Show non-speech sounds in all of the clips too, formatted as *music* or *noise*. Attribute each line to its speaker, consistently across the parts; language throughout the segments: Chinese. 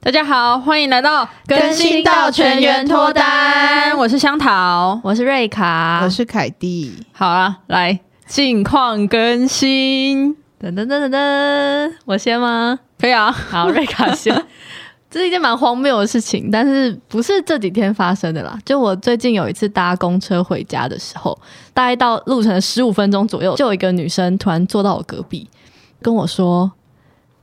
Speaker 1: 大家好，欢迎来到
Speaker 2: 更新到全员脱单
Speaker 1: 我是香桃，
Speaker 2: 我是瑞卡
Speaker 3: 我，是凯蒂，
Speaker 1: 好啊，来近况更新，
Speaker 2: 噔噔噔噔噔，呃我先吗？
Speaker 1: 可以啊， *laughs*
Speaker 2: 好，瑞卡先。这是一件蛮荒谬的事情，但是不是这几天发生的啦。就我最近有一次搭公车回家的时候，大概到路程十五分钟左右，就有一个女生突然坐到我隔壁，跟我说：“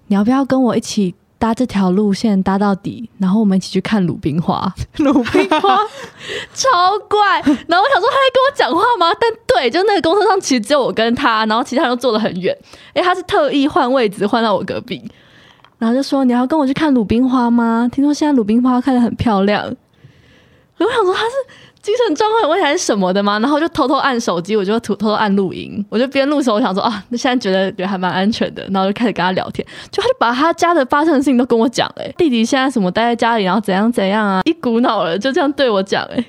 Speaker 2: 你要不要跟我一起搭这条路线搭到底，然后我们一起去看鲁冰花？”
Speaker 3: 鲁冰花
Speaker 2: 超怪。然后我想说他在跟我讲话吗？但对，就那个公车上其实只有我跟他，然后其他人都坐得很远。诶，他是特意换位置换到我隔壁，然后就说你要跟我去看鲁冰花吗？听说现在鲁冰花开得很漂亮。然后我想说他是精神状况有问题还是什么的吗？然后就偷偷按手机，我就偷偷按录音，我就边录的时候我想说啊，那现在觉得觉得还蛮安全的，然后就开始跟他聊天，就他就把他家的发生的事情都跟我讲，哎，弟弟现在什么待在家里，然后怎样怎样啊，一股脑儿就这样对我讲，哎，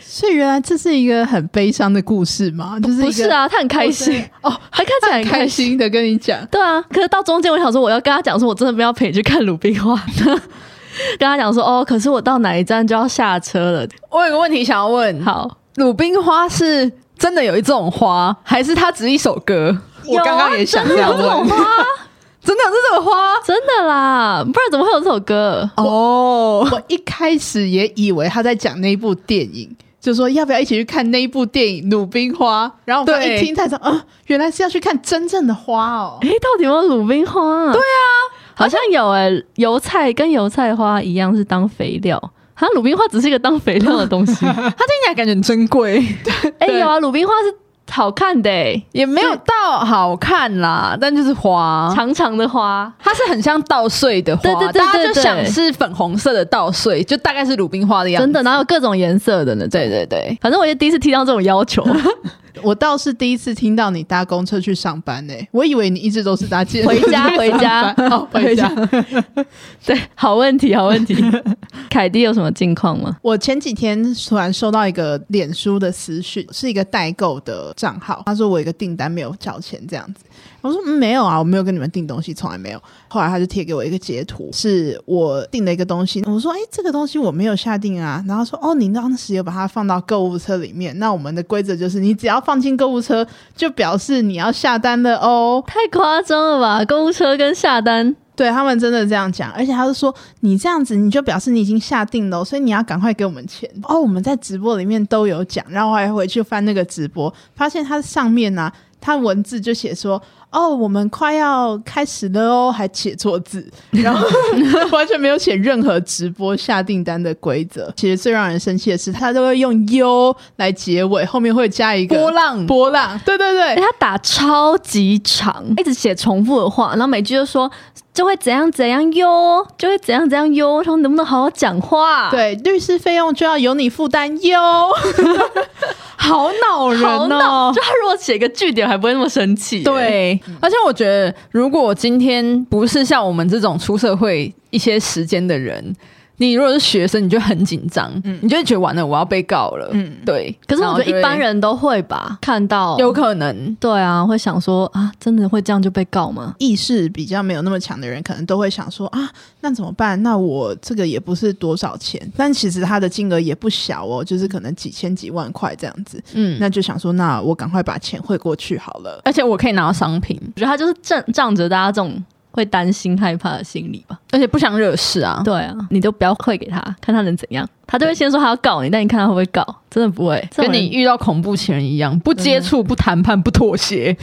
Speaker 3: 所以原来这是一个很悲伤的故事嘛， *laughs* 就是一个
Speaker 2: 不是啊，他很开心哦，他看起来
Speaker 3: 很
Speaker 2: 很
Speaker 3: 开
Speaker 2: 开心。
Speaker 3: 心的跟你讲，
Speaker 2: 对啊，可是到中间，我想说我要跟他讲说，我真的不要陪你去看鲁冰花。 *laughs* 跟他讲说哦，可是我到哪一站就要下车了。
Speaker 1: 我有个问题想要问，
Speaker 2: 好，
Speaker 1: 鲁冰花是真的有一种花，还是它只是一首歌？
Speaker 3: 我刚刚也想这样
Speaker 2: 有啊这种
Speaker 3: 问，
Speaker 2: 花，
Speaker 1: 真的有这种花？
Speaker 2: 真的啦，不然怎么会有这首歌？
Speaker 1: 哦，
Speaker 3: 我一开始也以为他在讲那部电影。就说要不要一起去看那一部电影《鲁冰花》，然后我刚
Speaker 1: 对
Speaker 3: 一听才知道，啊，原来是要去看真正的花哦。
Speaker 2: 诶，到底有没有鲁冰花、啊？对啊，好像有诶、油菜跟油菜花一样是当肥料。啊，鲁冰花只是一个当肥料的东
Speaker 3: *laughs*
Speaker 2: 西。
Speaker 1: 它听起来感觉很珍贵，
Speaker 2: 诶，
Speaker 1: 对
Speaker 2: 有啊，鲁冰花是好看的、诶，
Speaker 1: 也没有到好看 *laughs* 啦，但就是
Speaker 3: 啊
Speaker 1: 花。
Speaker 2: 长长的花。
Speaker 1: 它是很像稻穗的花，
Speaker 2: 对对对
Speaker 1: 大家就
Speaker 2: 对对
Speaker 1: 想是粉红色的稻穗，就大概是鲁冰花的样子。
Speaker 2: 真的，然后有各种颜色的呢。
Speaker 1: 对对对，
Speaker 2: 反正我也第一次听到这种要求，
Speaker 3: 我倒是第一次听到你搭公车去上班呢、我以为你一直都是搭捷运
Speaker 2: 回家 *laughs*
Speaker 3: 去
Speaker 2: 回家
Speaker 3: 上班哦，回家。
Speaker 2: *laughs* 对，好问题，好问题。凯蒂有什么近况吗？
Speaker 3: 我前几天突然收到一个脸书的私讯，是一个代购的账号，他说我有一个订单没有缴钱这样子。我说、嗯、没有啊，我没有跟你们订东西，从来没有。后来他就贴给我一个截图，是我订了一个东西。我说哎、诶这个东西我没有下定啊。然后说哦，你当时有把它放到购物车里面。那我们的规则就是，你只要放进购物车，就表示你要下单了哦。
Speaker 2: 太夸张了吧！购物车跟下单，
Speaker 3: 对他们真的这样讲，而且他就说你这样子，你就表示你已经下定了哦，所以你要赶快给我们钱哦。我们在直播里面都有讲，然后我还回去翻那个直播，发现它上面呢、啊，它文字就写说哦，我们快要开始了哦，还写错字，然后 *laughs* 完全没有写任何直播下订单的规则。其实最让人生气的是，他都会用 U 来结尾，后面会加一个
Speaker 1: 波浪
Speaker 3: 波浪，对对
Speaker 2: 哎、
Speaker 3: 对。
Speaker 2: 他打超级长，一直写重复的话，然后每句就说就会怎样怎样哟，就会怎样怎样哟，他说能不能好好讲话？，
Speaker 3: 对，律师费用就要由你负担哟。
Speaker 1: 好恼人
Speaker 2: 好
Speaker 1: 哦
Speaker 2: 闹。就他如果写个句点，还不会那么生气。，
Speaker 1: 对，嗯而且我觉得，如果今天不是像我们这种出社会一些时间的人，你如果是学生，你就很紧张，你就会觉得完了，我要被告了。嗯
Speaker 3: 嗯，
Speaker 1: 对。
Speaker 2: 嗯可是
Speaker 1: 然
Speaker 2: 我觉
Speaker 1: 后就
Speaker 2: 得
Speaker 1: 会
Speaker 2: 一般人哦都会吧，看到
Speaker 1: 有可能，
Speaker 2: 对啊，会想说啊，真的会这样就被告吗？
Speaker 3: 意识比较没有那么强的人，可能都会想说啊，那怎么办？那我这个也不是多少钱，但其实它的金额也不小哦，就是可能几千几万块这样子。
Speaker 1: 嗯，
Speaker 3: 那就想说，那我赶快把钱汇过去好了。
Speaker 1: 而且我可以拿到商品，
Speaker 2: 我觉得他就是仗仗着大家这种会担心害怕的心理吧。
Speaker 1: 而且不想惹事啊。
Speaker 2: 对啊，你就不要汇给他，看他能怎样。他就会先说他要告你，但你看他会不会告？真的不会，这
Speaker 1: 跟
Speaker 2: 种人
Speaker 1: 你遇到恐怖情人一样，不接触、不谈判、不妥
Speaker 2: *laughs*
Speaker 1: 协，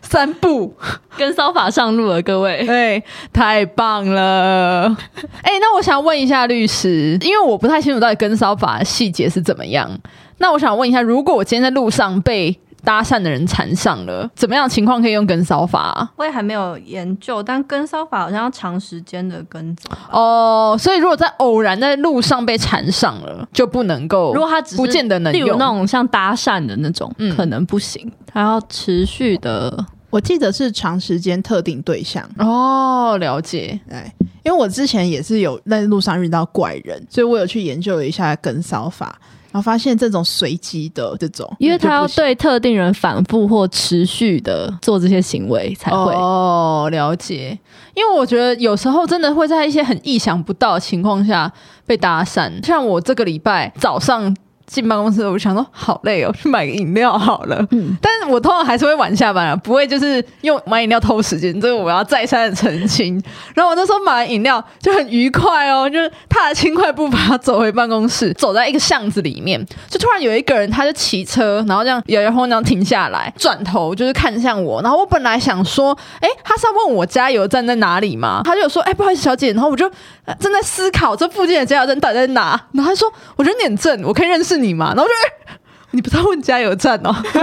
Speaker 1: 三不，
Speaker 2: 跟骚法上路了，
Speaker 1: *laughs*
Speaker 2: 各位。
Speaker 4: 呃
Speaker 1: 对，哎太棒了。
Speaker 2: *laughs*
Speaker 1: 哎、那我想问一下律师，因为我不太清楚到底跟骚法的细节是怎么样。那我想问一下，如果我今天在路上被搭讪的人缠上了，怎么样的情况可以用跟骚法啊、
Speaker 4: 我也还没有研究，但跟骚法好像要长时间的跟踪。
Speaker 1: 哦，所以如果在偶然在路上被缠上了，就不能够。
Speaker 2: 如果他只是
Speaker 1: 哦不见得能
Speaker 2: 例如
Speaker 1: 用
Speaker 2: 那种像搭讪的那种，
Speaker 1: 嗯
Speaker 2: 可能不行，他要持续的。
Speaker 3: 我记得是长时间特定对象，
Speaker 1: 哦，了解。
Speaker 3: 哎，因为我之前也是有在路上遇到怪人，所以我有去研究一下跟骚法。然后发现这种随机的这种，
Speaker 2: 因为他要
Speaker 3: 就不行
Speaker 2: 对特定人反复或持续的做这些行为才会。
Speaker 1: 哦，了解。因为我觉得有时候真的会在一些很意想不到的情况下被搭讪，像我这个礼拜早上。进办公室，我就想说好累哦，去买个饮料好了。
Speaker 2: 嗯
Speaker 1: 但是我通常还是会晚下班啊，不会就是用买饮料偷时间，这个我要再三的澄清。然后我那时候买完饮料就很愉快哦，就是踏着轻快步伐走回办公室，走在一个巷子里面，就突然有一个人，他就骑车，然后这样摇摇晃晃这样停下来，转头就是看向我。然后我本来想说，哎，他是要问我加油站在哪里吗？他就有说，哎，不好意思，小姐。然后我就、呃正在思考这附近的加油站到底在哪。然后他说，我觉得你很正，我可以认识你吗？然后我就。哎你不是要问加油站哦， *laughs*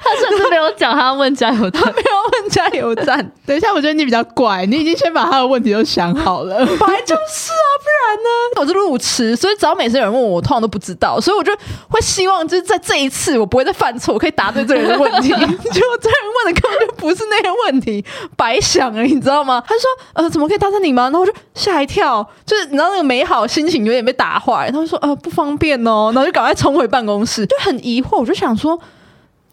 Speaker 2: 他甚至没有讲他问加油站
Speaker 1: 他没有问加油站，
Speaker 3: 等一下，我觉得你比较怪，你已经先把他的问题都想好了。
Speaker 1: 本来就是啊，不然呢？我是路痴，所以只要每次有人问我，我通常都不知道，所以我就会希望就是在这一次我不会再犯错，我可以答对这个人的问 *laughs* 题。结果这人问的根本就不是那个问题，白想了，你知道吗？他就说呃，怎么可以搭讪你吗？然后我就吓一跳，就是你知道那个美好心情有点被打坏。他就说呃不方便哦，然后就赶快冲回办公室，就很疑惑，我就想说，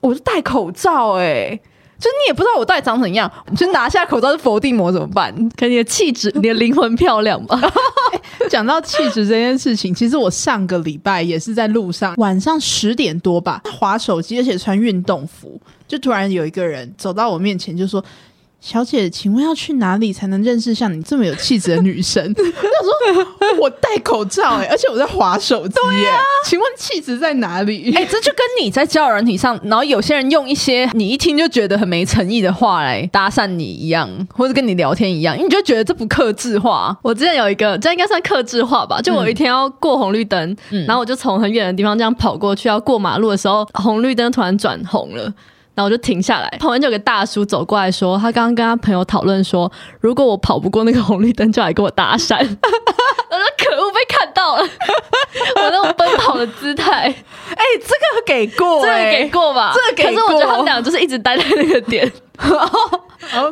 Speaker 1: 我就戴口罩哎、就是你也不知道我到底长怎样，就拿下口罩是伏地魔怎么办？
Speaker 2: 可你的 *laughs* 气质，你的灵魂漂亮吧？
Speaker 3: *laughs* 讲到气质这件事情，其实我上个礼拜也是在路上，晚上十点多吧，划手机，而且穿运动服，就突然有一个人走到我面前，就说：“小姐，请问要去哪里才能认识像你这么有气质的女生？” *laughs* 我想说，我戴口罩哎、而且我在划手机耶、
Speaker 2: 啊
Speaker 3: 请问气质在哪里？
Speaker 1: 哎、这就跟你在交友软体上，然后有些人用一些你一听就觉得很没诚意的话来搭讪你一样，或者跟你聊天一样，因为你就觉得这不克制化。
Speaker 2: *laughs* 我之前有一个，这应该算克制化吧？就我有一天要过红绿灯，
Speaker 1: 嗯
Speaker 2: 然后我就从很远的地方这样跑过去，要过马路的时候，红绿灯突然转红了。然后我就停下来，旁边就有个大叔走过来说，他刚刚跟他朋友讨论说，如果我跑不过那个红绿灯，就来跟我搭讪。 *laughs* 我说可恶，被看到了， *laughs* 我那种奔跑的姿态，
Speaker 1: 哎、这个给过
Speaker 2: 这个
Speaker 1: 哎
Speaker 2: 给过吧？
Speaker 1: 这个给
Speaker 2: 可是我觉得
Speaker 1: 过
Speaker 2: 他们俩就是一直待在那个 *laughs* 点，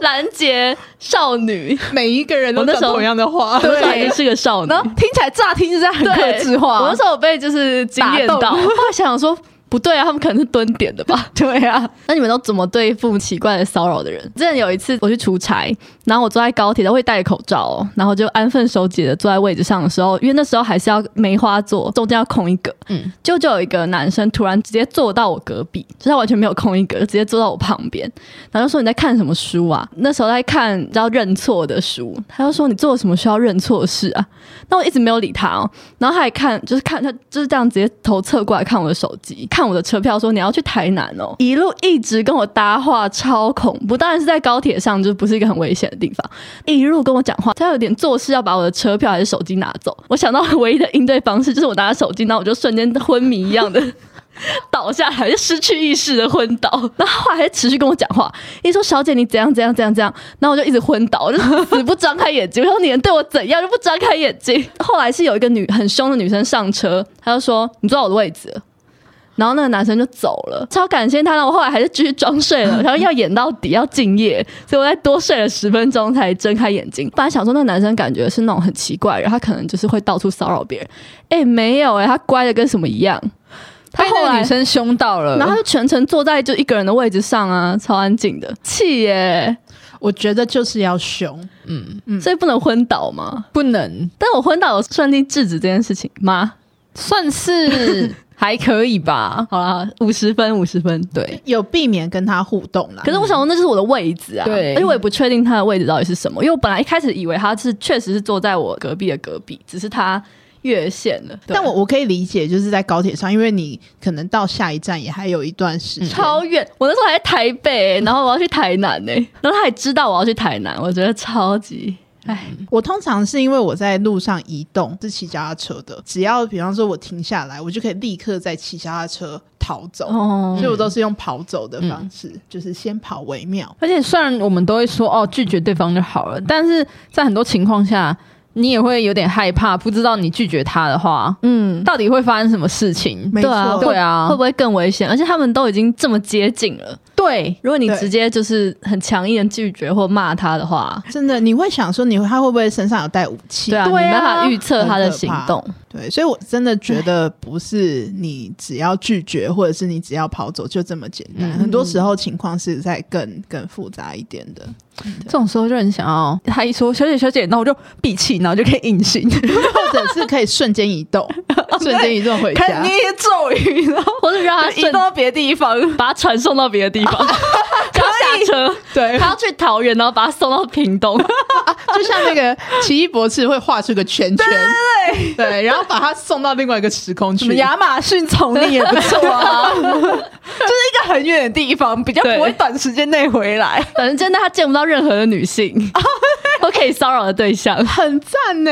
Speaker 2: 拦截少女，
Speaker 3: 每一个人都
Speaker 2: 我那
Speaker 3: 讲
Speaker 2: 时候
Speaker 3: 同样的话，
Speaker 2: 我早已经是个少女
Speaker 1: 然。后听起来乍听就在很克
Speaker 2: 对，
Speaker 1: 制化。
Speaker 2: 我那时候有被就是惊艳到， *laughs*
Speaker 1: 打
Speaker 2: 后
Speaker 1: 动
Speaker 2: 来想想说。不对啊，他们可能是蹲点的吧？对啊，那你们都怎么对付奇怪的骚扰的人？之前有一次我去出差，然后我坐在高铁，都会戴口罩、哦，然后就安分守己的坐在位置上的时候，因为那时候还是要梅花座，中间要空一个，
Speaker 1: 嗯
Speaker 2: 嗯，就就有一个男生突然直接坐到我隔壁，就是他完全没有空一格，直接坐到我旁边，然后就说你在看什么书啊？那时候在看你知道认错的书，他就说你做了什么需要认错的事啊？那我一直没有理他哦，然后他还看，就是看他就是这样直接头侧过来看我的手机，看我的车票，说你要去台南哦，一路一直跟我搭话，超恐怖。当然是在高铁上，就不是一个很危险的地方，一路跟我讲话，他有点做事要把我的车票还是手机拿走。我想到唯一的应对方式就是我拿着手机，然后我就瞬间昏迷一样的。倒下来就失去意识的昏倒， *laughs* 然后后来还持续跟我讲话，一说小姐你怎样怎样怎样怎样，然后我就一直昏倒，我就死不张开眼睛。我说你能对我怎样就不张开眼睛。后来是有一个女很凶的女生上车，她就说你坐到我的位置了。然后那个男生就走了，超感谢他。然后我后来还是继续装睡了，然后要演到底，要敬业，所以我再多睡了十分钟才睁开眼睛。本来想说那个男生感觉是那种很奇怪的人，他可能就是会到处骚扰别人。哎，没有哎、他乖的跟什么一样。他
Speaker 1: 被
Speaker 2: 后
Speaker 1: 那个
Speaker 2: 来
Speaker 1: 女生凶到了，
Speaker 2: 然后他就全程坐在就一个人的位置上啊，超安静的，气耶、
Speaker 3: 我觉得就是要凶。
Speaker 1: 嗯，
Speaker 2: 所以不能昏倒吗？
Speaker 1: 不能
Speaker 2: 但我昏倒有顺利制止这件事情吗？
Speaker 1: 算是还可以吧。
Speaker 2: 好啦，五十分，五十分。
Speaker 1: 对，
Speaker 3: 有避免跟他互动啦，
Speaker 2: 可是我想说，那就是我的位置啊，
Speaker 1: 对
Speaker 2: 而且我也不确定他的位置到底是什么，因为我本来一开始以为他是确实是坐在我隔壁的隔壁，只是他越线了。对
Speaker 3: 但我我可以理解，就是在高铁上，因为你可能到下一站也还有一段时
Speaker 2: 嗯
Speaker 3: 间。
Speaker 2: 超远，我那时候还在台北、然后我要去台南呢、然后他还知道我要去台南，我觉得超级哎，
Speaker 3: 我通常是因为我在路上移动是骑脚踏车的，只要比方说我停下来，我就可以立刻再骑脚踏车逃走，
Speaker 2: 哦嗯
Speaker 3: 所以我都是用跑走的方式，就是先跑为妙。
Speaker 1: 而且虽然我们都会说哦拒绝对方就好了，但是在很多情况下，你也会有点害怕，不知道你拒绝他的话，
Speaker 2: 嗯，
Speaker 1: 到底会发生什么事情？
Speaker 3: 没
Speaker 2: 对啊
Speaker 3: 错，
Speaker 1: 对啊
Speaker 2: 会不会更危险？而且他们都已经这么接近了，
Speaker 1: 对，
Speaker 2: 如果你
Speaker 3: 对
Speaker 2: 直接就是很强硬的拒绝或骂他的话，
Speaker 3: 真的，你会想说你他会不会身上有带武器？
Speaker 2: 对啊，你
Speaker 1: 对啊
Speaker 2: 没办法预测他的行动。
Speaker 3: 对，所以我真的觉得不是你只要拒绝或者是你只要跑走就这么简单，
Speaker 1: 嗯
Speaker 3: 很多时候情况是在更更复杂一点的。
Speaker 1: 这种时候就很想要，他一说小姐小姐，然后我就闭气，然后就可以隐 *laughs* 形，
Speaker 3: 或者是可以瞬间移
Speaker 1: *laughs*
Speaker 3: 动，瞬间移动回
Speaker 1: 开始
Speaker 3: 家
Speaker 1: 念。一些咒语，然后
Speaker 2: 或者让他
Speaker 1: 移动
Speaker 2: 顺
Speaker 1: 到别的地方。
Speaker 2: 把他传送到别的地方，叫他下车，
Speaker 3: 对，
Speaker 2: 他要去桃园，然后把他送到屏东，
Speaker 3: 就像那个奇异博士会画出个圈圈，对然后把它送到另外一个时空
Speaker 1: 什
Speaker 3: 去
Speaker 1: 么。亚马逊丛林也不错 *laughs* 啊，就是一个很远的地方，比较不会
Speaker 2: 对
Speaker 1: 短时间内回来。
Speaker 2: 反正真的他见不到任何的女性，都可以骚扰的对象。
Speaker 3: 很
Speaker 2: *laughs*
Speaker 3: 赞呢、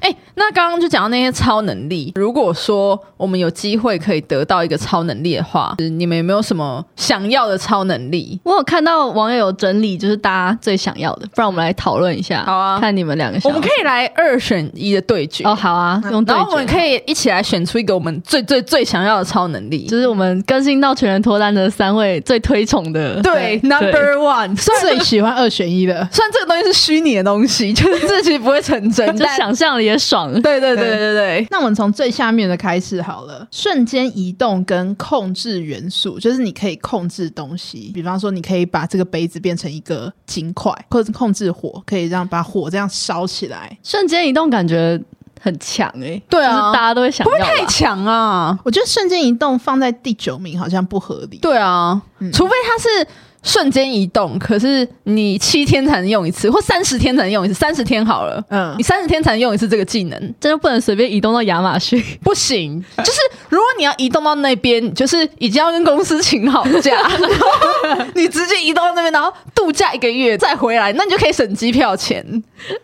Speaker 1: 哎、那刚刚就讲到那些超能力，如果说我们有机会可以得到一个超能力的话，你们有没有什么想要的超能力？
Speaker 2: 我有看到网友有整理，就是大家最想要的，不然我们来讨论一下，
Speaker 1: 好啊
Speaker 2: 看你们两个
Speaker 1: 我
Speaker 2: 想要
Speaker 1: 们可以来二选一的对决
Speaker 2: 哦，好啊，用对
Speaker 1: 然后我
Speaker 2: 决
Speaker 1: 们。可以一起来选出一个我们最最最想要的超能力。
Speaker 2: 就是我们更新到全人脱单的三位最推崇的，
Speaker 1: 对，Number One，虽然
Speaker 3: 最喜欢二选一的，
Speaker 1: 虽然这个东西是虚拟的东西，就是这其实不会成真，
Speaker 2: *laughs*
Speaker 1: *laughs*
Speaker 2: 就
Speaker 1: 但
Speaker 2: 想象了也爽。
Speaker 1: 对对对对对，
Speaker 3: 那我们从最下面的开始好了。瞬间移动跟控制元素，就是你可以控制东西，比方说你可以把这个杯子变成一个金块，或者是控制火，可以让把火这样烧起来。
Speaker 2: 瞬间移动感觉很强哎、欸，
Speaker 1: 对啊
Speaker 2: 就是大家都会想
Speaker 1: 不会
Speaker 2: 要吧。
Speaker 1: 太强啊？
Speaker 3: 我觉得瞬间移动放在第九名好像不合理。
Speaker 1: 对啊，
Speaker 3: 嗯
Speaker 1: 除非它是瞬间移动，可是你七天才能用一次，或三十天才能用一次，三十天好了。
Speaker 3: 嗯
Speaker 1: 你，三十天才能用一次这个技能，
Speaker 2: 真的不能随便移动到亚马逊， *laughs*
Speaker 1: 不行。 *laughs* 就是如果你要移动到那边，就是已经要跟公司请好假，然后你直接移动到那边，然后度假一个月再回来，那你就可以省机票钱。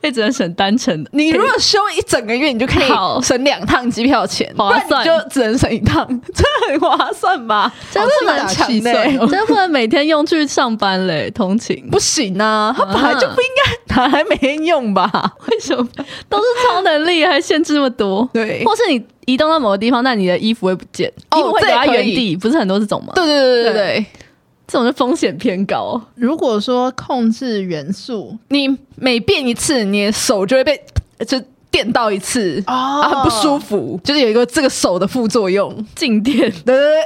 Speaker 2: 也欸只能省单程的。
Speaker 1: 你如果休一整个月，你就可
Speaker 2: 好
Speaker 1: 以省两趟机票钱，不
Speaker 2: 划
Speaker 1: 然你
Speaker 2: 算
Speaker 1: 就只能省一趟， *laughs* 这很划算吧？
Speaker 2: 真
Speaker 1: 的
Speaker 3: 好
Speaker 1: 蛮
Speaker 3: 精打细
Speaker 1: 强的欸
Speaker 3: 算哦
Speaker 2: *laughs* 真的不能每天用去上班嘞、通勤
Speaker 1: 不行啊，它本来就不应该拿来每天用吧？
Speaker 2: 为什么都是超能力还限制那么多？
Speaker 1: 对
Speaker 2: 或是你移动到某个地方，但你的衣服会不见，
Speaker 1: 哦
Speaker 2: 衣服会
Speaker 1: 这
Speaker 2: 留
Speaker 1: 也
Speaker 2: 在
Speaker 1: 可
Speaker 2: 原
Speaker 1: 以
Speaker 2: 地，不是很多这种吗？
Speaker 1: 对对对对对，
Speaker 2: 这种就风险偏高。
Speaker 3: 如果说控制元素
Speaker 1: 你每变一次，你的手就会被就电到一次。
Speaker 3: 啊
Speaker 1: 啊，很不舒服，就是有一个这个手的副作用。
Speaker 2: 静电，
Speaker 1: 对对对，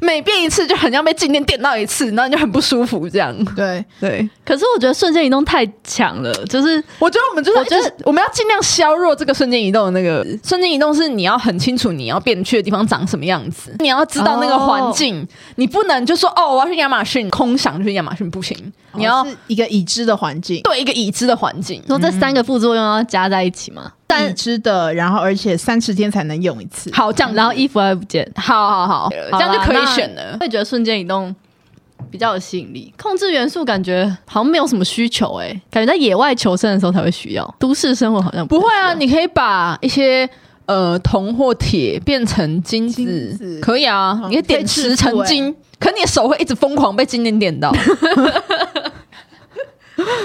Speaker 1: 每变一次就很像被静电电到一次，然后你就很不舒服。这样，
Speaker 3: 对，
Speaker 1: 对，
Speaker 2: 可是我觉得瞬间移动太强了，就是
Speaker 1: 我觉得我们就是，
Speaker 2: 我觉
Speaker 1: 就
Speaker 2: 得
Speaker 1: 是我们要尽量削弱这个瞬间移动的那个瞬间移动，是你要很清楚你要变去的地方长什么样子，你要知道那个环境，你不能就说哦，我要去亚马逊，空想就去亚马逊不行，你要
Speaker 3: 哦是一个已知的环境，
Speaker 1: 对一个已知的环境。
Speaker 2: 说这三个副作用要加在一起嘛，
Speaker 3: 已知的，然后而且三十天才能用一次。
Speaker 1: 好，这样，
Speaker 2: 然
Speaker 1: 然
Speaker 2: 后
Speaker 1: 后一，
Speaker 2: 衣服还不见，
Speaker 1: 好好好，这样就可以选
Speaker 2: 好啦
Speaker 1: 了
Speaker 2: 那。会觉得瞬间移动比较有吸引力，控制元素感觉好像没有什么需求哎、感觉在野外求生的时候才会需要，都市生活好像
Speaker 1: 不会
Speaker 2: 太需
Speaker 1: 啊，
Speaker 2: 要
Speaker 1: 你可以把一些。呃，铜或铁变成金子，
Speaker 3: 金子
Speaker 1: 可以啊，
Speaker 3: 嗯
Speaker 1: 你可以点
Speaker 3: 可以致
Speaker 1: 石成
Speaker 3: 富欸
Speaker 1: 金，可你的手会一直疯狂被金电电到， *laughs*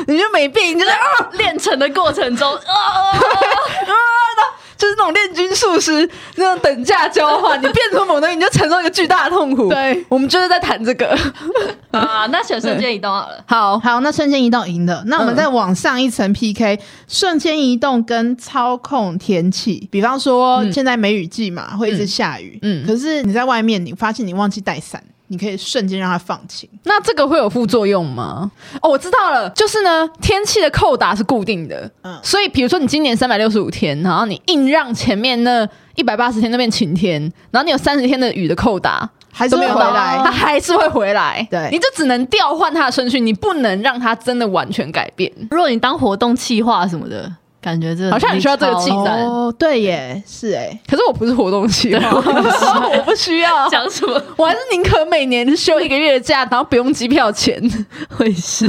Speaker 1: 你就没病，你就是啊，
Speaker 2: 练成的过程中，啊，
Speaker 1: 就是那种炼金术师那种等价交换，你变出某东西，你就承受一个巨大的痛苦。
Speaker 3: 对，
Speaker 1: 我们就是在谈这个。
Speaker 2: 啊 *laughs* 那选瞬间移动好了。
Speaker 1: 好，
Speaker 3: 好，那瞬间移动赢了。那我们再往上一层 PK，、瞬间移动跟操控天气。比方说，
Speaker 1: 嗯
Speaker 3: 现在梅雨季嘛，会一直下雨。
Speaker 1: 嗯
Speaker 3: 嗯，可是你在外面，你发现你忘记带伞，你可以瞬间让它放晴。
Speaker 1: 那这个会有副作用吗？哦，我知道了，就是呢，天气的扣打是固定的，
Speaker 3: 嗯
Speaker 1: 所以比如说你今年三百六十五天，然后你硬让前面那一百八十天那边晴天，然后你有三十天的雨的扣打
Speaker 3: 还是
Speaker 1: 都
Speaker 3: 会
Speaker 1: 没有
Speaker 3: 回
Speaker 1: 到，
Speaker 3: 来，
Speaker 1: 它还是会回来。
Speaker 3: 对
Speaker 1: 你就只能调换它的顺序，你不能让它真的完全改变。
Speaker 2: *laughs* 如果你当活动企划什么的，感觉这
Speaker 1: 好像很需要这个技
Speaker 2: 技
Speaker 1: 能
Speaker 2: 能力
Speaker 3: 哦，对耶，是哎，
Speaker 1: 可是我不是活动期， *laughs* 我不需要
Speaker 2: 超。 *laughs* 讲什么 *laughs*
Speaker 1: 我还是宁可每年休一个月的假，然后不用机票钱。
Speaker 2: 回事？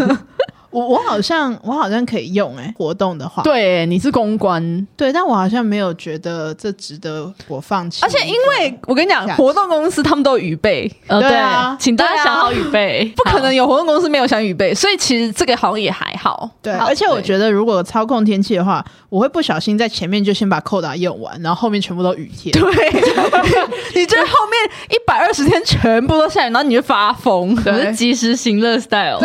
Speaker 3: 我我我好像我好像可以用哎、活动的话，
Speaker 1: 哦对，你是公关，
Speaker 3: 对，但我好像没有觉得这值得我放弃。
Speaker 1: 而且因为我跟你讲
Speaker 3: 下，次
Speaker 1: 活动公司他们都有预备，
Speaker 2: 呃，
Speaker 3: 对啊
Speaker 2: 请大家想好预备，
Speaker 1: 不可能有活动公司没有想预备，所以其实这个好像也还好。
Speaker 3: 对，
Speaker 2: 好
Speaker 3: 而且我觉得如果操控天气的话，我会不小心在前面就先把扣打用完，然后后面全部都雨天。
Speaker 1: 对， *laughs* 你这后面一百二十天全部都下雨，然后你就发疯。
Speaker 2: 好，我是及时行乐 style，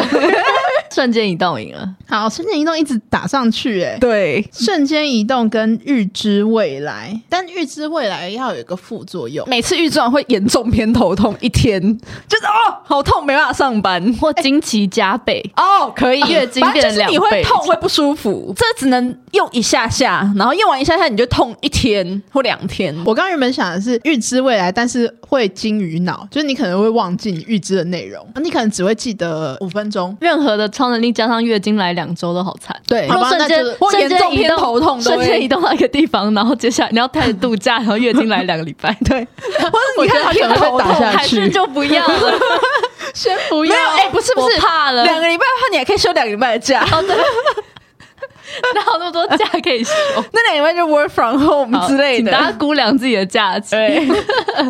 Speaker 2: 瞬 *laughs* 间移动赢了。
Speaker 3: 好，瞬间移动一直打上去、欸，
Speaker 1: 对，
Speaker 3: 瞬间移动跟预知未来，但预知未来要有一个副作用。
Speaker 1: 每次预转会严重偏头痛，一天就是哦，好痛，没办法上班。
Speaker 2: 或惊奇加倍，
Speaker 1: 哦，可以，
Speaker 2: 月经
Speaker 1: 反正
Speaker 2: 变
Speaker 1: 就是你
Speaker 2: 两倍
Speaker 1: 会痛会不舒服，这只能用一下下，然后用完一下下你就痛一天或两天。
Speaker 3: 我刚原本想的是预知未来，但是会金鱼脑，就是你可能会忘记你预知的内容，你可能只会记得五分钟。
Speaker 2: 任何的超能力加上月经来两周都好惨。
Speaker 1: 对
Speaker 2: 如
Speaker 3: 好
Speaker 2: 果
Speaker 3: 吧
Speaker 2: 瞬
Speaker 3: 那
Speaker 2: 间
Speaker 3: 就是
Speaker 1: 我
Speaker 2: 瞬
Speaker 1: 严
Speaker 2: 间
Speaker 1: 重
Speaker 2: 移
Speaker 1: 偏头
Speaker 2: 动，
Speaker 1: 痛都
Speaker 2: 瞬
Speaker 1: 会
Speaker 2: 间移动到一个地方，然后接下来你要开始度假，然后月经来两个礼
Speaker 1: *laughs*
Speaker 2: 拜，对，
Speaker 1: 我觉
Speaker 3: 得他可能会打下去
Speaker 2: 还 *laughs* 是就不要了，
Speaker 3: 先不
Speaker 1: 没有，哎、不是不是
Speaker 2: 我，怕了，
Speaker 1: 两个礼拜的话你还可以休两个礼拜的
Speaker 2: *laughs*
Speaker 1: 假，
Speaker 2: 哦对，哪有那么多假可以休？
Speaker 1: 那两个礼拜就 work from home *laughs*
Speaker 2: 好
Speaker 1: 之类
Speaker 2: 请大家
Speaker 1: 的。
Speaker 2: 估量自己的假期。
Speaker 1: 对，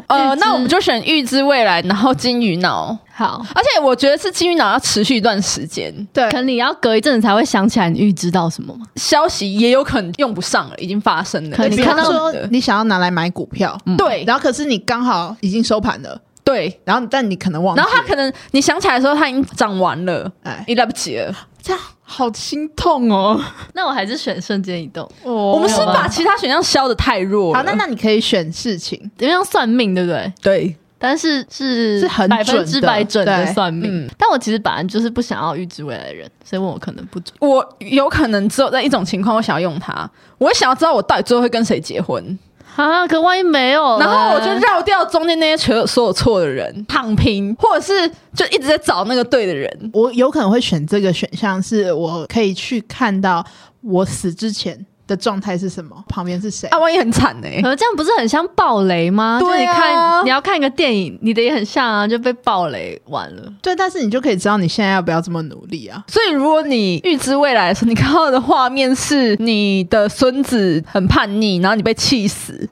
Speaker 1: 呃，那我们就选预知未来，然后金鱼脑，
Speaker 2: 好，
Speaker 1: 而且我觉得是金鱼脑要持续一段时间，
Speaker 3: 对
Speaker 2: 可能你要隔一阵子才会想起来你预知到什么嘛。
Speaker 1: 消息也有可能用不上了，已经发生了。
Speaker 2: 可能
Speaker 1: 比
Speaker 3: 比
Speaker 2: 你看
Speaker 3: 方
Speaker 2: 到
Speaker 1: 方
Speaker 3: 说
Speaker 1: 说
Speaker 3: 呃你想要拿来买股票，
Speaker 1: 对
Speaker 3: 然后可是你刚好已经收盘了，
Speaker 1: 对，
Speaker 3: 然后但你可能忘记
Speaker 1: 然
Speaker 3: 了，
Speaker 1: 后它可能你想起来的时候，它已经涨完了，
Speaker 3: 哎，
Speaker 1: 你来不及了。
Speaker 3: 这样好心痛哦。
Speaker 2: 那我还是选瞬间移动，
Speaker 3: 我
Speaker 1: 我们是
Speaker 2: 没有办
Speaker 1: 把
Speaker 2: 法
Speaker 1: 其他选项消的太弱了。
Speaker 3: 好，那那你可以选事情，
Speaker 2: 因为像算命，对不对？
Speaker 1: 对，
Speaker 2: 但是是
Speaker 3: 是很
Speaker 2: 百
Speaker 3: 准的
Speaker 2: 分之百准的
Speaker 3: 对
Speaker 2: 算命，
Speaker 1: 嗯
Speaker 2: 但我其实本来就是不想要预知未来的人，所以问我可能不准。
Speaker 1: 我有可能只有在一种情况，我想要用它，我会想要知道我到底最后会跟谁结婚，
Speaker 2: 啊，可万一没有嘞，
Speaker 1: 然后我就绕掉中间那些所有所有错的人，躺平，或者是就一直在找那个对的人。
Speaker 3: 我有可能会选这个选项，是我可以去看到我死之前的状态是什么，旁边是谁
Speaker 1: 啊，。万一很惨呢、
Speaker 2: 可是这样不是很像暴雷吗？就
Speaker 1: 对
Speaker 2: 你
Speaker 1: 啊
Speaker 2: 看你要看一个电影，你的也很像啊，就被暴雷完了。
Speaker 3: 对，但是你就可以知道你现在要不要这么努
Speaker 1: *laughs*
Speaker 3: 力啊。
Speaker 1: 所以，如果你预知未来的时候，你看到的画面是你的孙子很叛逆，然后你被气死，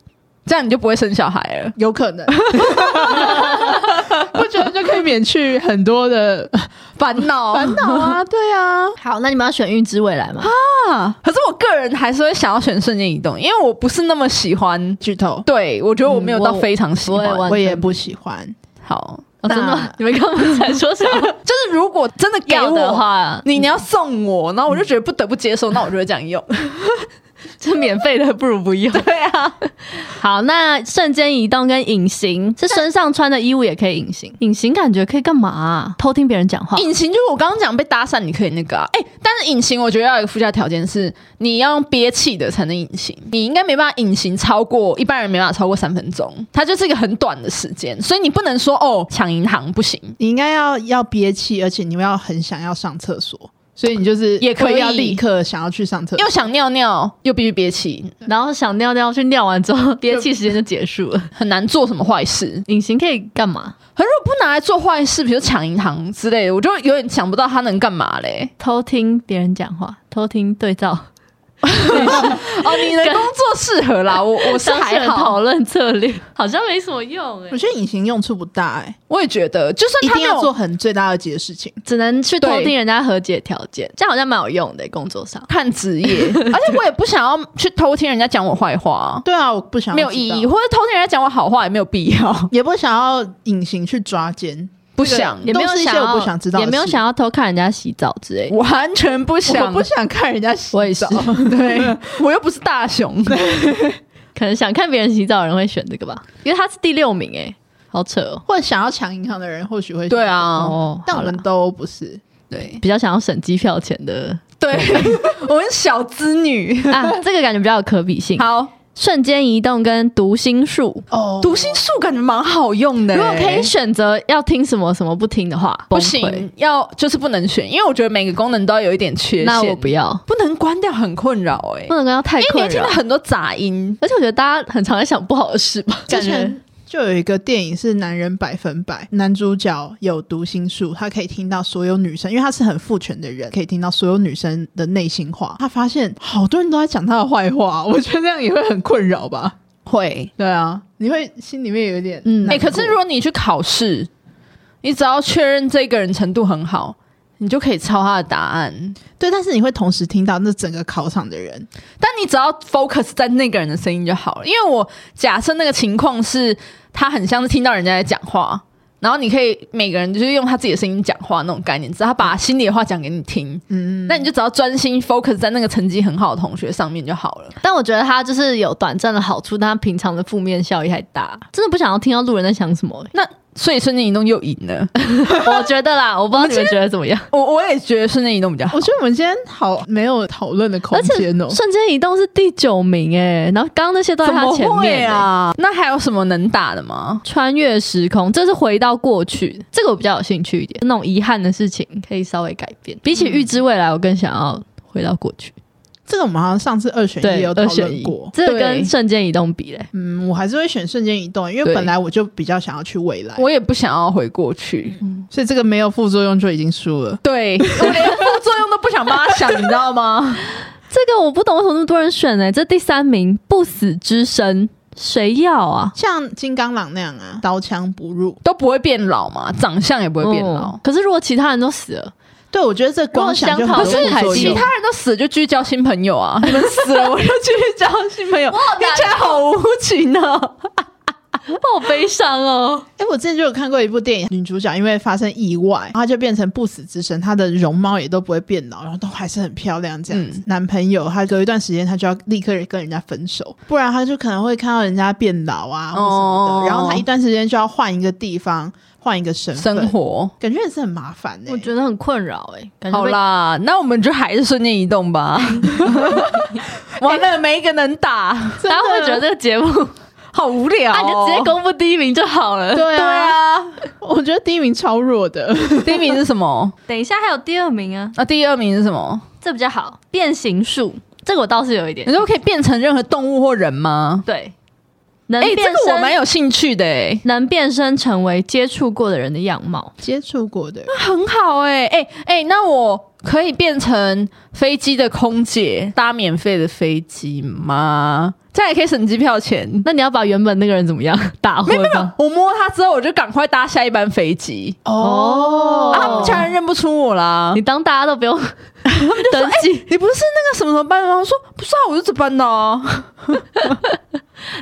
Speaker 1: 这样你就不会生小孩了。
Speaker 3: 有可 *laughs* 能，我觉得就可以免去很多的
Speaker 1: 烦 *laughs* 恼，
Speaker 3: 烦恼啊。对啊，
Speaker 2: 好，那你们要选预知未来吗？
Speaker 1: 啊！可是我个人还是会想要选瞬间移动，因为我不是那么喜欢。
Speaker 3: 剧透
Speaker 1: 对，我觉得我没有到非常喜欢。
Speaker 2: 嗯我
Speaker 3: *laughs* 我也不喜欢。
Speaker 1: 好，
Speaker 2: 哦、真的吗
Speaker 3: 那，
Speaker 2: 你们刚刚才说什 *laughs* 么？
Speaker 1: 就是如果真的嗯给
Speaker 2: 要
Speaker 1: 我
Speaker 2: 的，话，
Speaker 1: 你你要送我，然后我就觉得不得不接受，那我就会这样用。
Speaker 2: 这免费的不如不用。
Speaker 1: 对啊，
Speaker 2: *laughs* 好，那瞬间移动跟隐形是身上穿的衣物也可以隐形，隐形感觉可以干嘛啊、偷听别人讲话。
Speaker 1: 隐形就是我刚刚讲被搭讪，你可以那个啊。哎、但是隐形我觉得要有一个附加条件是，你要用憋气的才能隐形，你应该没办法隐形超过一般人没办法超过三分钟，它就是一个很短的时间，所以你不能说哦抢银行不行，
Speaker 3: 你应该要要憋气，而且你们要很想要上厕所，所以你就是
Speaker 1: 嗯也可以
Speaker 3: 会要立刻想要去上厕所
Speaker 1: 又。想尿尿又必须憋气，
Speaker 2: 然后想尿尿，去尿完之后憋气时间就结束了。
Speaker 1: 很难做什么坏事。
Speaker 2: 隐形可以干嘛？
Speaker 1: 可是如果不拿来做坏事，比如抢银行之类的，我就有点想不到他能干嘛嘞。
Speaker 2: 偷听别人讲话，偷听对照，
Speaker 1: *laughs* 哦，你的工作适合 *laughs* 啦，我我是
Speaker 2: 当事
Speaker 1: 还
Speaker 2: 人
Speaker 1: 好
Speaker 2: 讨，论策略，好像没什么用哎、
Speaker 3: 我觉得隐形用处不大哎、
Speaker 1: 我也觉得，就
Speaker 3: 一
Speaker 1: 算他
Speaker 3: 定
Speaker 1: 没
Speaker 3: 要做
Speaker 1: 有
Speaker 3: 很最大二级的事情。
Speaker 2: 只能去偷
Speaker 1: 对
Speaker 2: 听人家和解条件，这样好像蛮有用的、欸工作上。
Speaker 1: 看职业， *laughs* 而且我也不想要去偷听人家讲我坏话，
Speaker 3: 对啊，我不想要
Speaker 1: 没有
Speaker 3: 知
Speaker 1: 意
Speaker 3: 道
Speaker 1: 义，，或者偷听人家讲我好话也没有必 *laughs* 要，
Speaker 3: 也不想要隐形去抓奸。
Speaker 1: 不想，
Speaker 2: 也没有
Speaker 3: 都是一些
Speaker 2: 想要，
Speaker 3: 我不想知道的
Speaker 2: 也没有
Speaker 3: 事
Speaker 2: 想要偷看人家洗澡之类的。
Speaker 1: 完全不
Speaker 3: 我
Speaker 1: 想，
Speaker 3: 不想看人家洗澡，
Speaker 2: 我也是
Speaker 1: 对，我又不是大熊，
Speaker 2: 可能想看别人洗澡的人会选这个吧，因为他是第六名哎、好扯哦。
Speaker 3: *laughs* 或者想要抢银行的人，或许
Speaker 1: *laughs*
Speaker 3: 会
Speaker 1: 对，啊，
Speaker 2: 哦，
Speaker 3: 但
Speaker 2: 好
Speaker 3: 我
Speaker 2: 了
Speaker 3: 们，都不是。
Speaker 1: 对
Speaker 2: 比较想要省机票钱的
Speaker 1: 对， *laughs* 我们小资女，
Speaker 2: *laughs* 啊，这个感觉比较有可比性。
Speaker 1: 好。
Speaker 2: 瞬间移动跟读心术，
Speaker 3: 哦
Speaker 1: 读心术感觉蛮好用的、
Speaker 2: 如果可以选择要听什么什么不听的话，
Speaker 1: 不
Speaker 2: 崩溃
Speaker 1: 行，要就是不能选，因为我觉得每个功能都要有一点缺陷。
Speaker 2: 那我不要，
Speaker 1: 不能关掉，很困扰哎、
Speaker 2: 不能跟他太
Speaker 1: 因为你
Speaker 2: 困
Speaker 1: 会听
Speaker 2: 扰
Speaker 1: 到。很多杂音。
Speaker 2: 而且我觉得大家很常在想不好的事吧，
Speaker 3: 之
Speaker 2: 感觉
Speaker 3: 前就有一个电影是《男人百分百》，男主角有读心术，他可以听到所有女生，因为他是很父权的人，可以听到所有女生的内心话。他发现哦好多人都在讲他的坏话，我觉得这样也会很困扰 *laughs* 吧？
Speaker 1: 会，
Speaker 3: 对啊，你会心里面有一点
Speaker 2: 嗯
Speaker 1: 哎、
Speaker 3: 难过
Speaker 1: 可是如果你去考试，你只要确认这个人程度很好，你就可以抄他的答案。
Speaker 3: 对，但是你会同时听到那整个考场的人，
Speaker 1: 但你只要 focus 在那个人的声音就好了。因为我假设那个情况是他很像是听到人家在讲话，然后你可以每个人就是用他自己的声音讲话那种概念，只是他把心里的话讲给你听。
Speaker 3: 嗯，
Speaker 1: 那你就只要专心 focus 在那个成绩很好的同学上面就好了。
Speaker 2: 但我觉得它就是有短暂的好处，但它平常的负面效益还大。真的不想要听到路人在想什么、欸 *laughs*
Speaker 1: 那所以瞬间移动又赢了， *laughs*
Speaker 2: 我觉得啦，我不知道你们觉得怎么样。
Speaker 1: 我我也觉得瞬间移动比较好
Speaker 3: 我。觉得我们今天好没有讨论的空
Speaker 2: 而且
Speaker 3: 间哦。
Speaker 2: 瞬间移动是第九名哎、然后刚刚那些都在
Speaker 1: 怎
Speaker 2: 他
Speaker 1: 么
Speaker 2: 前
Speaker 1: 会
Speaker 2: 面、欸。
Speaker 1: 啊？那还有什么能打的吗？
Speaker 2: 穿越时空，这是回到过去，这个我比较有兴趣一点。那种遗憾的事情可以稍微改变，比起预知未来，我更想要回到过去。
Speaker 3: 这个我们好像上次二选一
Speaker 2: 对，
Speaker 3: 嗯有讨
Speaker 2: 二选
Speaker 3: 论
Speaker 2: 一
Speaker 3: 过，，
Speaker 2: 这个
Speaker 1: 对
Speaker 2: 跟瞬间移动比嘞，
Speaker 3: 嗯，我还是会选瞬间移动，因为
Speaker 2: 对
Speaker 3: 本来我就比较想要去未来，
Speaker 1: 我也不想要回过去。
Speaker 3: 所以这个没有副作用就已经输了。
Speaker 1: 对我连副作用都不想帮他想，你知道吗？ *laughs*
Speaker 2: 这个我不懂为什么那么多人选呢、欸这第三名不死之身，谁要啊？
Speaker 3: 像金刚狼那样啊，刀枪不入。
Speaker 1: 都不会变老嘛，长相也不会变老
Speaker 2: 哦。可是如果其他人都死了，
Speaker 3: 对，我觉得这光想就很
Speaker 2: 如
Speaker 3: 多
Speaker 2: 果相
Speaker 3: 副
Speaker 2: 讨
Speaker 3: 作
Speaker 2: 论
Speaker 1: 其
Speaker 3: 用。
Speaker 1: 他人都死了就继续交新朋友啊！你们死了我就继续交新朋友，听起来好无情哦。
Speaker 2: 我好悲伤哦。
Speaker 3: 哎、我之前就有看过一部电影，女主角因为发生意外，然后她就变成不死之身，她的容貌也都不会变老，然后都还是很漂亮这样子。男朋友她隔一段时间，她就要立刻跟人家分手，不然她就可能会看到人家变老啊，或什么的。
Speaker 1: 哦
Speaker 3: 然后她一段时间就要换一个地方，换一个身份，
Speaker 1: 生活
Speaker 3: 感觉也是很麻烦哎、
Speaker 2: 我觉得很困扰哎、感觉
Speaker 1: 好
Speaker 2: 被，
Speaker 1: 啦，那我们就还是瞬间移动 *laughs* 吧。完了，没一个能打，
Speaker 2: 大家会觉得这个节目，
Speaker 1: 好无聊、哦。
Speaker 2: 啊，你就直接公布第一名就好了。
Speaker 3: 对
Speaker 1: 对
Speaker 3: 啊，
Speaker 1: 啊，
Speaker 3: 我觉得第一名超弱的。 *laughs*
Speaker 1: 第一名是什么？
Speaker 4: 等一下还有第二名啊，
Speaker 1: 啊，第二名是什么？
Speaker 2: 这比较好，变形术这个我倒是有一点
Speaker 1: 你，说可以变成任何动物或人吗？
Speaker 2: 对，能
Speaker 1: 哎、
Speaker 2: 变
Speaker 1: 这
Speaker 2: 身、
Speaker 1: 个我蛮有兴趣的哎、
Speaker 2: 能变身成为接触过的人的样貌，
Speaker 3: 接触过的人，
Speaker 1: 很好哎哎哎，那我可以变成飞机的空姐，搭免费的飞机吗？这样也可以省机票钱。
Speaker 2: 那你要把原本那个人怎么样 *laughs* 打昏吗？
Speaker 1: 我摸它之后，我就赶快搭下一班飞机。
Speaker 2: 哦
Speaker 1: 啊，他们
Speaker 2: 家
Speaker 1: 当然认不出我啦
Speaker 2: 你。当大家都不用 *laughs* 登记，
Speaker 1: 你不是那个什么什么班吗？我说不是啊，我是这班的、啊。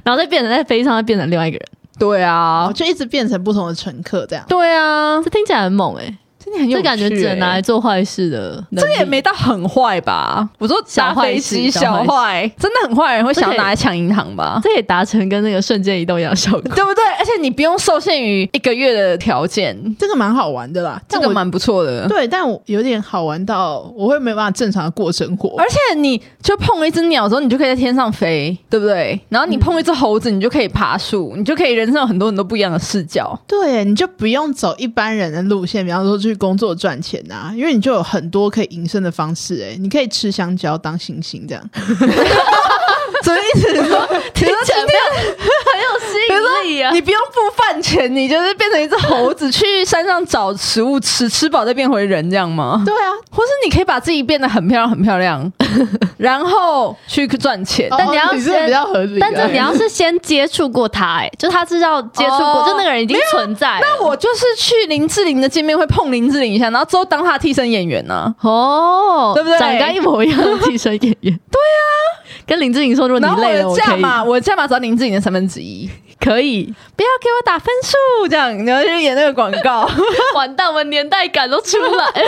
Speaker 2: 然后再变成在飞机上再变成另外一个人，
Speaker 1: *laughs* 对啊
Speaker 3: 哦，，就一直变成不同的乘客这样。
Speaker 1: 对啊，
Speaker 2: 这听起来很猛哎、
Speaker 1: 真的很有
Speaker 2: 这
Speaker 1: 趣、
Speaker 2: 感觉只能拿来
Speaker 1: 欸。
Speaker 2: 做坏事的能
Speaker 1: 这
Speaker 2: 力，
Speaker 1: 个也没到很坏吧？我说搭飞机
Speaker 2: 小坏
Speaker 1: 小
Speaker 2: 事
Speaker 1: 坏，真的很坏的人会想
Speaker 2: 这
Speaker 1: 要
Speaker 2: 个
Speaker 1: 拿来抢银行吧？
Speaker 2: 这也达成跟那个瞬间移动一样的效果。
Speaker 1: *laughs* 对不对？而且你不用受限于一个月的条件，
Speaker 3: 这个蛮好玩的啦，
Speaker 1: 这
Speaker 3: 但
Speaker 1: 个
Speaker 3: 我
Speaker 1: 蛮不错的。
Speaker 3: 对，但我有点好玩到我会没办法正常的过生活
Speaker 1: 而。且你就碰了一只鸟之后，你就可以在天上飞，对不对？然后你碰一只猴子，你就可以爬树，你就可以人生有很多很多不一样的视 *laughs* 角。
Speaker 3: 对，你就不用走一般人的路线，比方说去工作赚钱啊，因为你就有很多可以营生的方式、欸。哎，你可以吃香蕉当星星这样。
Speaker 1: 什么意思？你 *laughs* 说，
Speaker 2: 听起来没有 *laughs* *laughs* 很有吸引力啊！
Speaker 1: 你不用付饭钱，你就是变成一只猴子去山上找食物吃，吃饱再变回人，这样吗？
Speaker 3: 对 *laughs* 啊，
Speaker 1: 或是你可以把自己变得很漂亮，很漂
Speaker 2: *laughs*
Speaker 1: 亮，然后去赚钱。
Speaker 2: 但
Speaker 3: 哦
Speaker 2: 你要
Speaker 3: 你这
Speaker 2: 先
Speaker 3: 个比较合理、啊。
Speaker 2: 但这你要是先接触过他、哎，就他知道接触过，
Speaker 1: 哦啊
Speaker 2: 就那个人已经存在了。
Speaker 1: 那我就是去林志玲的见面会碰林志玲一下，然后之后当她的替身演员呢、啊
Speaker 2: 哦，
Speaker 1: 对不对
Speaker 2: 长得一模一样的替身演
Speaker 1: *laughs*
Speaker 2: 员。对啊，跟林志颖说，如果
Speaker 1: 然后
Speaker 2: 你累了，
Speaker 1: 我
Speaker 2: 我
Speaker 1: 的价
Speaker 2: 可以，
Speaker 1: 码，我的价码只要林志颖的三分之一，
Speaker 2: 可
Speaker 1: *laughs*
Speaker 2: 以。
Speaker 1: 不要给我打分数，这样然后就演那个广
Speaker 2: *laughs*
Speaker 1: 告。哎、
Speaker 2: 完蛋，我年代感都出来了。
Speaker 1: 可是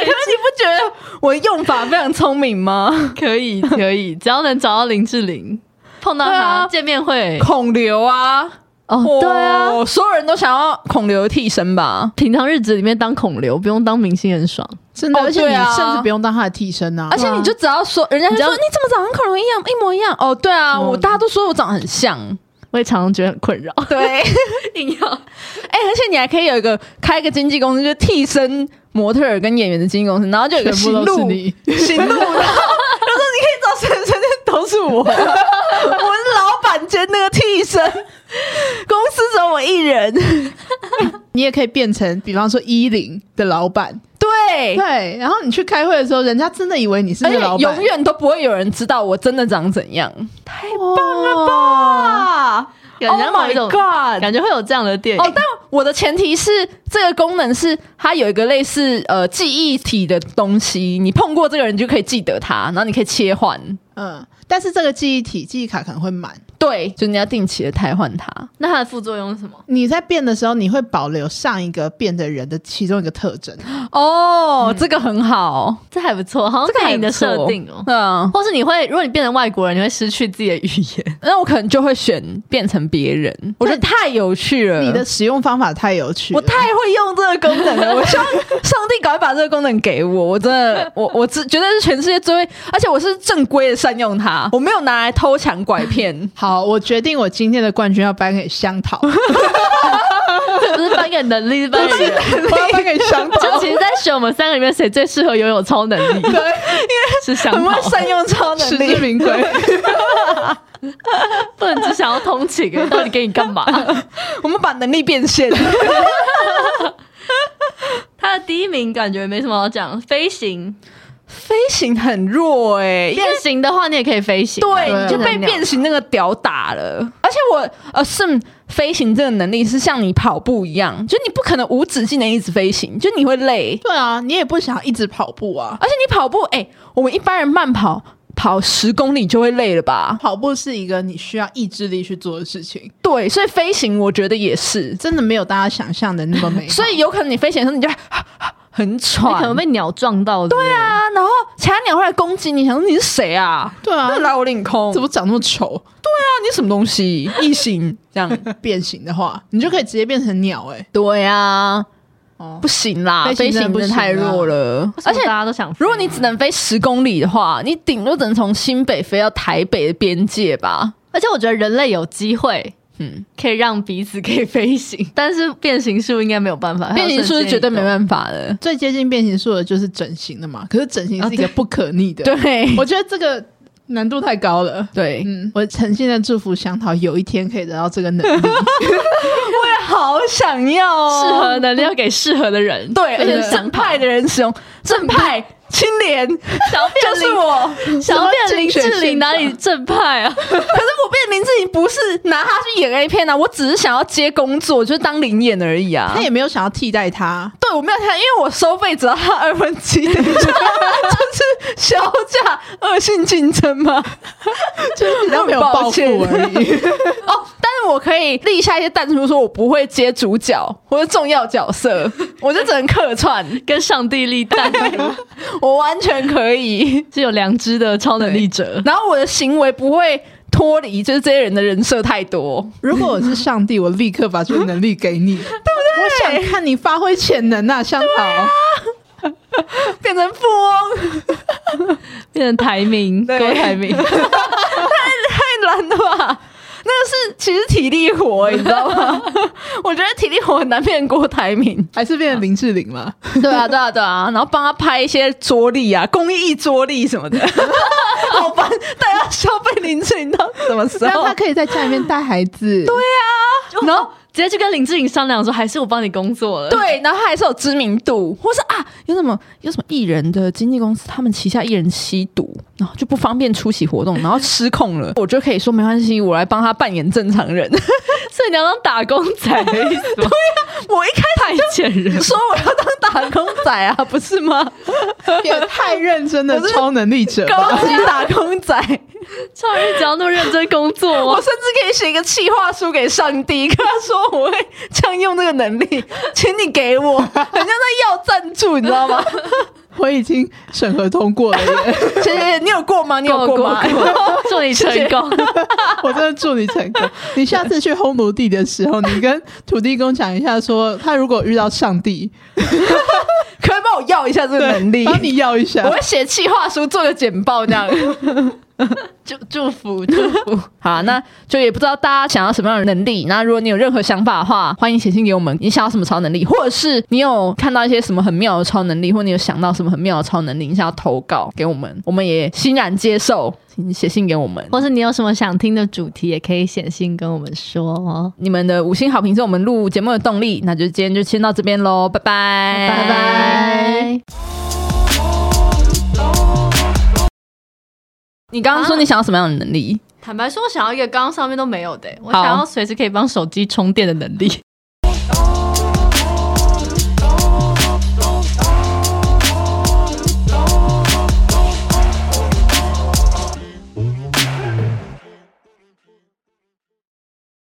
Speaker 1: 你不觉得我用法非常聪明
Speaker 2: *laughs*
Speaker 1: 吗？
Speaker 2: *laughs* 可以，可以，只要能找到林志玲，碰到
Speaker 1: 对
Speaker 2: 他
Speaker 1: 啊
Speaker 2: 见面会，
Speaker 1: 孔刘啊，
Speaker 2: 哦，对啊，
Speaker 1: 哦，所有人都想要孔刘的替身吧？
Speaker 2: 平常日子里面当孔流，不用当明星很爽。
Speaker 3: 真的，
Speaker 1: 哦
Speaker 3: 而且
Speaker 1: 对
Speaker 3: 你
Speaker 1: 啊
Speaker 3: 甚至不用当他的替身啊
Speaker 1: 而。且你就只要说，人家就
Speaker 2: 你知
Speaker 1: 说
Speaker 2: 道
Speaker 1: 你怎么长得跟孔刘一样，一模一样。哦，对啊，
Speaker 2: 嗯
Speaker 1: 我大家都说我长得很像。
Speaker 2: 我也常常觉得很困
Speaker 1: *laughs*
Speaker 2: 扰，
Speaker 1: 对，
Speaker 2: 硬 *laughs* 要
Speaker 1: 哎、而且你还可以有一个开一个经纪公司，就是替身模特儿跟演员的经纪公司，然后就有一个
Speaker 3: 全
Speaker 1: 行
Speaker 3: 部都是
Speaker 1: 路 *laughs*
Speaker 3: 你，
Speaker 1: 行路，然后他说你可 *laughs* 以找谁谁谁都是我，我是老板兼那个替身，
Speaker 3: 可以变成，比方说一零的老板，
Speaker 1: 对，
Speaker 3: 对，然后你去开会的时候，人家真的以为你是
Speaker 1: 而
Speaker 3: 那个
Speaker 1: 且
Speaker 3: 老板，
Speaker 1: 哎永远都不会有人知道我真的长怎样。
Speaker 3: 太棒了吧！
Speaker 4: 啊，
Speaker 2: 感觉
Speaker 1: Oh
Speaker 2: 会有
Speaker 1: my
Speaker 2: 一种
Speaker 1: god！
Speaker 2: 感觉会有这样的电影。
Speaker 1: 哦，但我的前提是这个功能是它有一个类似呃记忆体的东西，你碰过这个人你就可以记得他，然后你可以切换。
Speaker 3: 嗯，但是这个记忆体记忆卡可能会满，
Speaker 1: 对，就是你要定期的汰换它。
Speaker 2: 那它的副作用是什么？
Speaker 3: 你在变的时候，你会保留上一个变的人的其中一个特征。
Speaker 1: 哦，这个很好，
Speaker 2: 这还不错，好像
Speaker 1: 这个
Speaker 2: 电
Speaker 1: 还
Speaker 2: 影
Speaker 1: 不
Speaker 2: 的设
Speaker 1: 错
Speaker 2: 定哦。
Speaker 1: 对啊，
Speaker 2: 或是你会，如果你变成外国人，你会失去自己的语 *laughs* 言。
Speaker 1: 那我可能就会选变成别人，我觉得太有趣了。
Speaker 3: 你的使用方法太有趣了，。
Speaker 1: 嗯我太会用这个功 *laughs* 能了，我希望上帝赶快把这个功能给我。我真的，我我只觉得是全世界最会，而且我是正规的善用它，我没有拿来偷抢拐骗
Speaker 3: 好，我决定我今天的冠军要颁给香
Speaker 1: *laughs*
Speaker 3: 桃，
Speaker 2: 不是颁给能力，是 *laughs* 啊颁给人。
Speaker 1: *laughs*
Speaker 3: 我要颁给香桃。
Speaker 2: 就其实，在选我们三个里面，谁最适合拥有超能力？
Speaker 3: 对，
Speaker 2: 是想
Speaker 1: 很
Speaker 2: 跑
Speaker 1: 会，善用超能
Speaker 3: 实
Speaker 1: 力 *laughs*
Speaker 3: 至，名归。
Speaker 2: 不能只想要通 *laughs* 勤、欸，到底给你干嘛？
Speaker 1: 我们把能力变现。
Speaker 2: 他的第一名感觉没什么好讲，飞行
Speaker 1: 飞行很弱哎、因为
Speaker 2: 变形的话，你也可以飞行啊、
Speaker 1: 对，你就被
Speaker 2: 变成鸟
Speaker 1: 变形那个屌打了。而且我呃，是飞行这个能力是像你跑步一样，就你不可能无止境的一直飞行，就你会累。
Speaker 3: 对啊，你也不想一直跑步啊，
Speaker 1: 而且你跑步，哎、我们一般人慢跑跑十公里就会累了吧？
Speaker 3: 跑步是一个你需要意志力去做的事情，
Speaker 1: 对，所以飞行我觉得也是，
Speaker 3: 真的没有大家想象的那么美
Speaker 1: *laughs*
Speaker 3: 好。
Speaker 1: 所以有可能你飞行的时候你就会 *gasps* 很
Speaker 2: 你
Speaker 1: 喘，
Speaker 2: 可能被鸟撞到。啊对啊，
Speaker 1: 啊，然后其他鸟会来攻击你，想说你是谁啊？
Speaker 3: 对啊
Speaker 1: 那，来我领空，
Speaker 3: 怎
Speaker 1: 怎么
Speaker 3: 么长那么丑？
Speaker 1: 啊？你什么东西？异形这样？
Speaker 3: 变形的话，你就可以直接变成鸟哎、
Speaker 1: *laughs* 对啊，
Speaker 3: 哦
Speaker 1: 不，行啦，
Speaker 3: 飞
Speaker 1: 飞
Speaker 3: 行真
Speaker 1: 行
Speaker 3: 的
Speaker 1: 真的
Speaker 3: 不
Speaker 1: 太
Speaker 3: 行啊
Speaker 1: 弱了，
Speaker 2: 而
Speaker 1: 而
Speaker 2: 且
Speaker 1: 且
Speaker 2: 大。家都想飞，
Speaker 1: 如果你只能飞十公里的话，你顶多只能从新北飞到台北的边界吧。
Speaker 2: 而且我觉得人类有机会。
Speaker 1: 嗯
Speaker 2: 嗯，可以让彼此可以飞行，但是变形术应该没有办法，
Speaker 1: 变形术是绝对没
Speaker 2: 法。
Speaker 1: 办法的。
Speaker 3: 最接近变形术的就是整形的嘛，可是整形是一个不可逆的。
Speaker 1: 对
Speaker 3: 我觉得这个难度太高了。
Speaker 1: 对，
Speaker 3: 嗯，我诚心的祝福香桃有一天可以得到这个能 *laughs* 力。
Speaker 1: 好想要哦
Speaker 2: 适合能力要给适合的人，
Speaker 1: 对，而且
Speaker 2: 是
Speaker 1: 正派的人使用正派清廉，
Speaker 2: 想要变
Speaker 1: 就是
Speaker 2: 林，
Speaker 1: 我。
Speaker 2: 想要变林
Speaker 3: 什么竞选
Speaker 2: 志
Speaker 3: 现
Speaker 2: 玲哪里正派
Speaker 1: *laughs*
Speaker 2: 啊？
Speaker 1: 可是我变林志颖不是拿他去演 A 片啊，我只是想要接工作，就是当零演而已啊
Speaker 3: 他。也没有想要替代他，
Speaker 1: 对，我没有看，因为我收费只要他二分之 *laughs* 一，就是销价恶性竞争嘛。
Speaker 3: *laughs* 就是比较没有
Speaker 1: 抱
Speaker 3: 抱负
Speaker 1: 歉
Speaker 3: 而已。
Speaker 1: *laughs*
Speaker 3: *laughs*
Speaker 1: 哦，但是我可以立下一些弹出，说我不会接主角或者重要角色，我就只能客串，
Speaker 2: 跟上帝
Speaker 1: *laughs*
Speaker 2: 立蛋，
Speaker 1: 我完全可以。 *laughs*
Speaker 2: 是有良知的超能力者。
Speaker 1: 然后我的行为不会脱离，就是这些人的人设太多。
Speaker 3: 如果我是上帝，我立刻把这个能力给 *laughs* 你，对不对？我想看你发挥潜能啊，香桃。
Speaker 1: 变成富翁，
Speaker 2: 变成台民，各
Speaker 1: 对
Speaker 2: 位台民，
Speaker 1: 太难了吧？那个是其实体力活，你知道 *laughs* 吗？我觉得体力活很难变郭台铭。
Speaker 3: 还是变成林志玲了， *laughs*
Speaker 1: 对啊，对啊，对啊，然后帮他拍一些桌历啊，公益桌历什么 *laughs* 的，好烦！大家消费林志颖到什么时
Speaker 3: 让
Speaker 1: 候？
Speaker 3: 他可以在家里面带孩子。对啊
Speaker 2: 然后直接去跟林志颖商量说，还是我帮你工作了。，
Speaker 1: *laughs* 对，然后他还是有知名度，或是啊，有什么有什么艺人的经纪公司，他们旗下艺人吸毒，然后就不方便出席活动，然后失控了， *laughs* 我就可以说没关系，我来帮他扮演正常 *laughs* 人。
Speaker 2: 所以你要当打工仔的意
Speaker 1: *laughs*
Speaker 2: 思
Speaker 1: 啊
Speaker 2: 吗？
Speaker 1: 我一开
Speaker 2: 派遣人
Speaker 1: *laughs* 始说我要当打工仔啊，不是吗？
Speaker 3: 也太认真的
Speaker 1: 我是
Speaker 3: 超能力者吧，
Speaker 1: 高级打工仔，
Speaker 2: 超人只要那么认真工作啊
Speaker 1: 我
Speaker 2: 吗？
Speaker 1: 甚至可以写一个企划书给上帝，跟他说我会这样用这个能力，请你给 *laughs* 我，很像在要赞助，你知 *laughs* 道吗？
Speaker 3: 我已经审核通过了耶，
Speaker 1: 谢谢，你有过吗？你有过吗？ *laughs*
Speaker 2: 过祝你成功。
Speaker 3: *laughs* 我真的祝你成功。你下次去烘炉地的时候，你跟土地公讲一下说，他如果遇到上 *laughs* 帝，
Speaker 1: 可不可以帮我要一下这个能力？
Speaker 3: 帮你要一下
Speaker 1: 我。会写企划书，做个简报这样。祝祝福祝福。 *laughs* 好，那就也不知道大家想要什么样的能力。那如果你有任何想法的话，欢迎写信给我们。你想要什么超能力，或者是你有看到一些什么很妙的超能力，或你有想到什么很妙的超能力，你想要投稿给我们，我们也欣然接受。请写信给我们。
Speaker 2: 或是你有什么想听的主题，也可以写信跟我们说哦。
Speaker 1: 你们的五星好评是我们录节目的动力。那就今天就先到这边喽，拜拜，
Speaker 2: 拜拜。
Speaker 1: 你刚刚说你想要什么样的能力？
Speaker 2: 坦白说，我想要一个刚刚上面都没有的、我
Speaker 1: 好
Speaker 2: 想要随时可以帮手机充电的能力。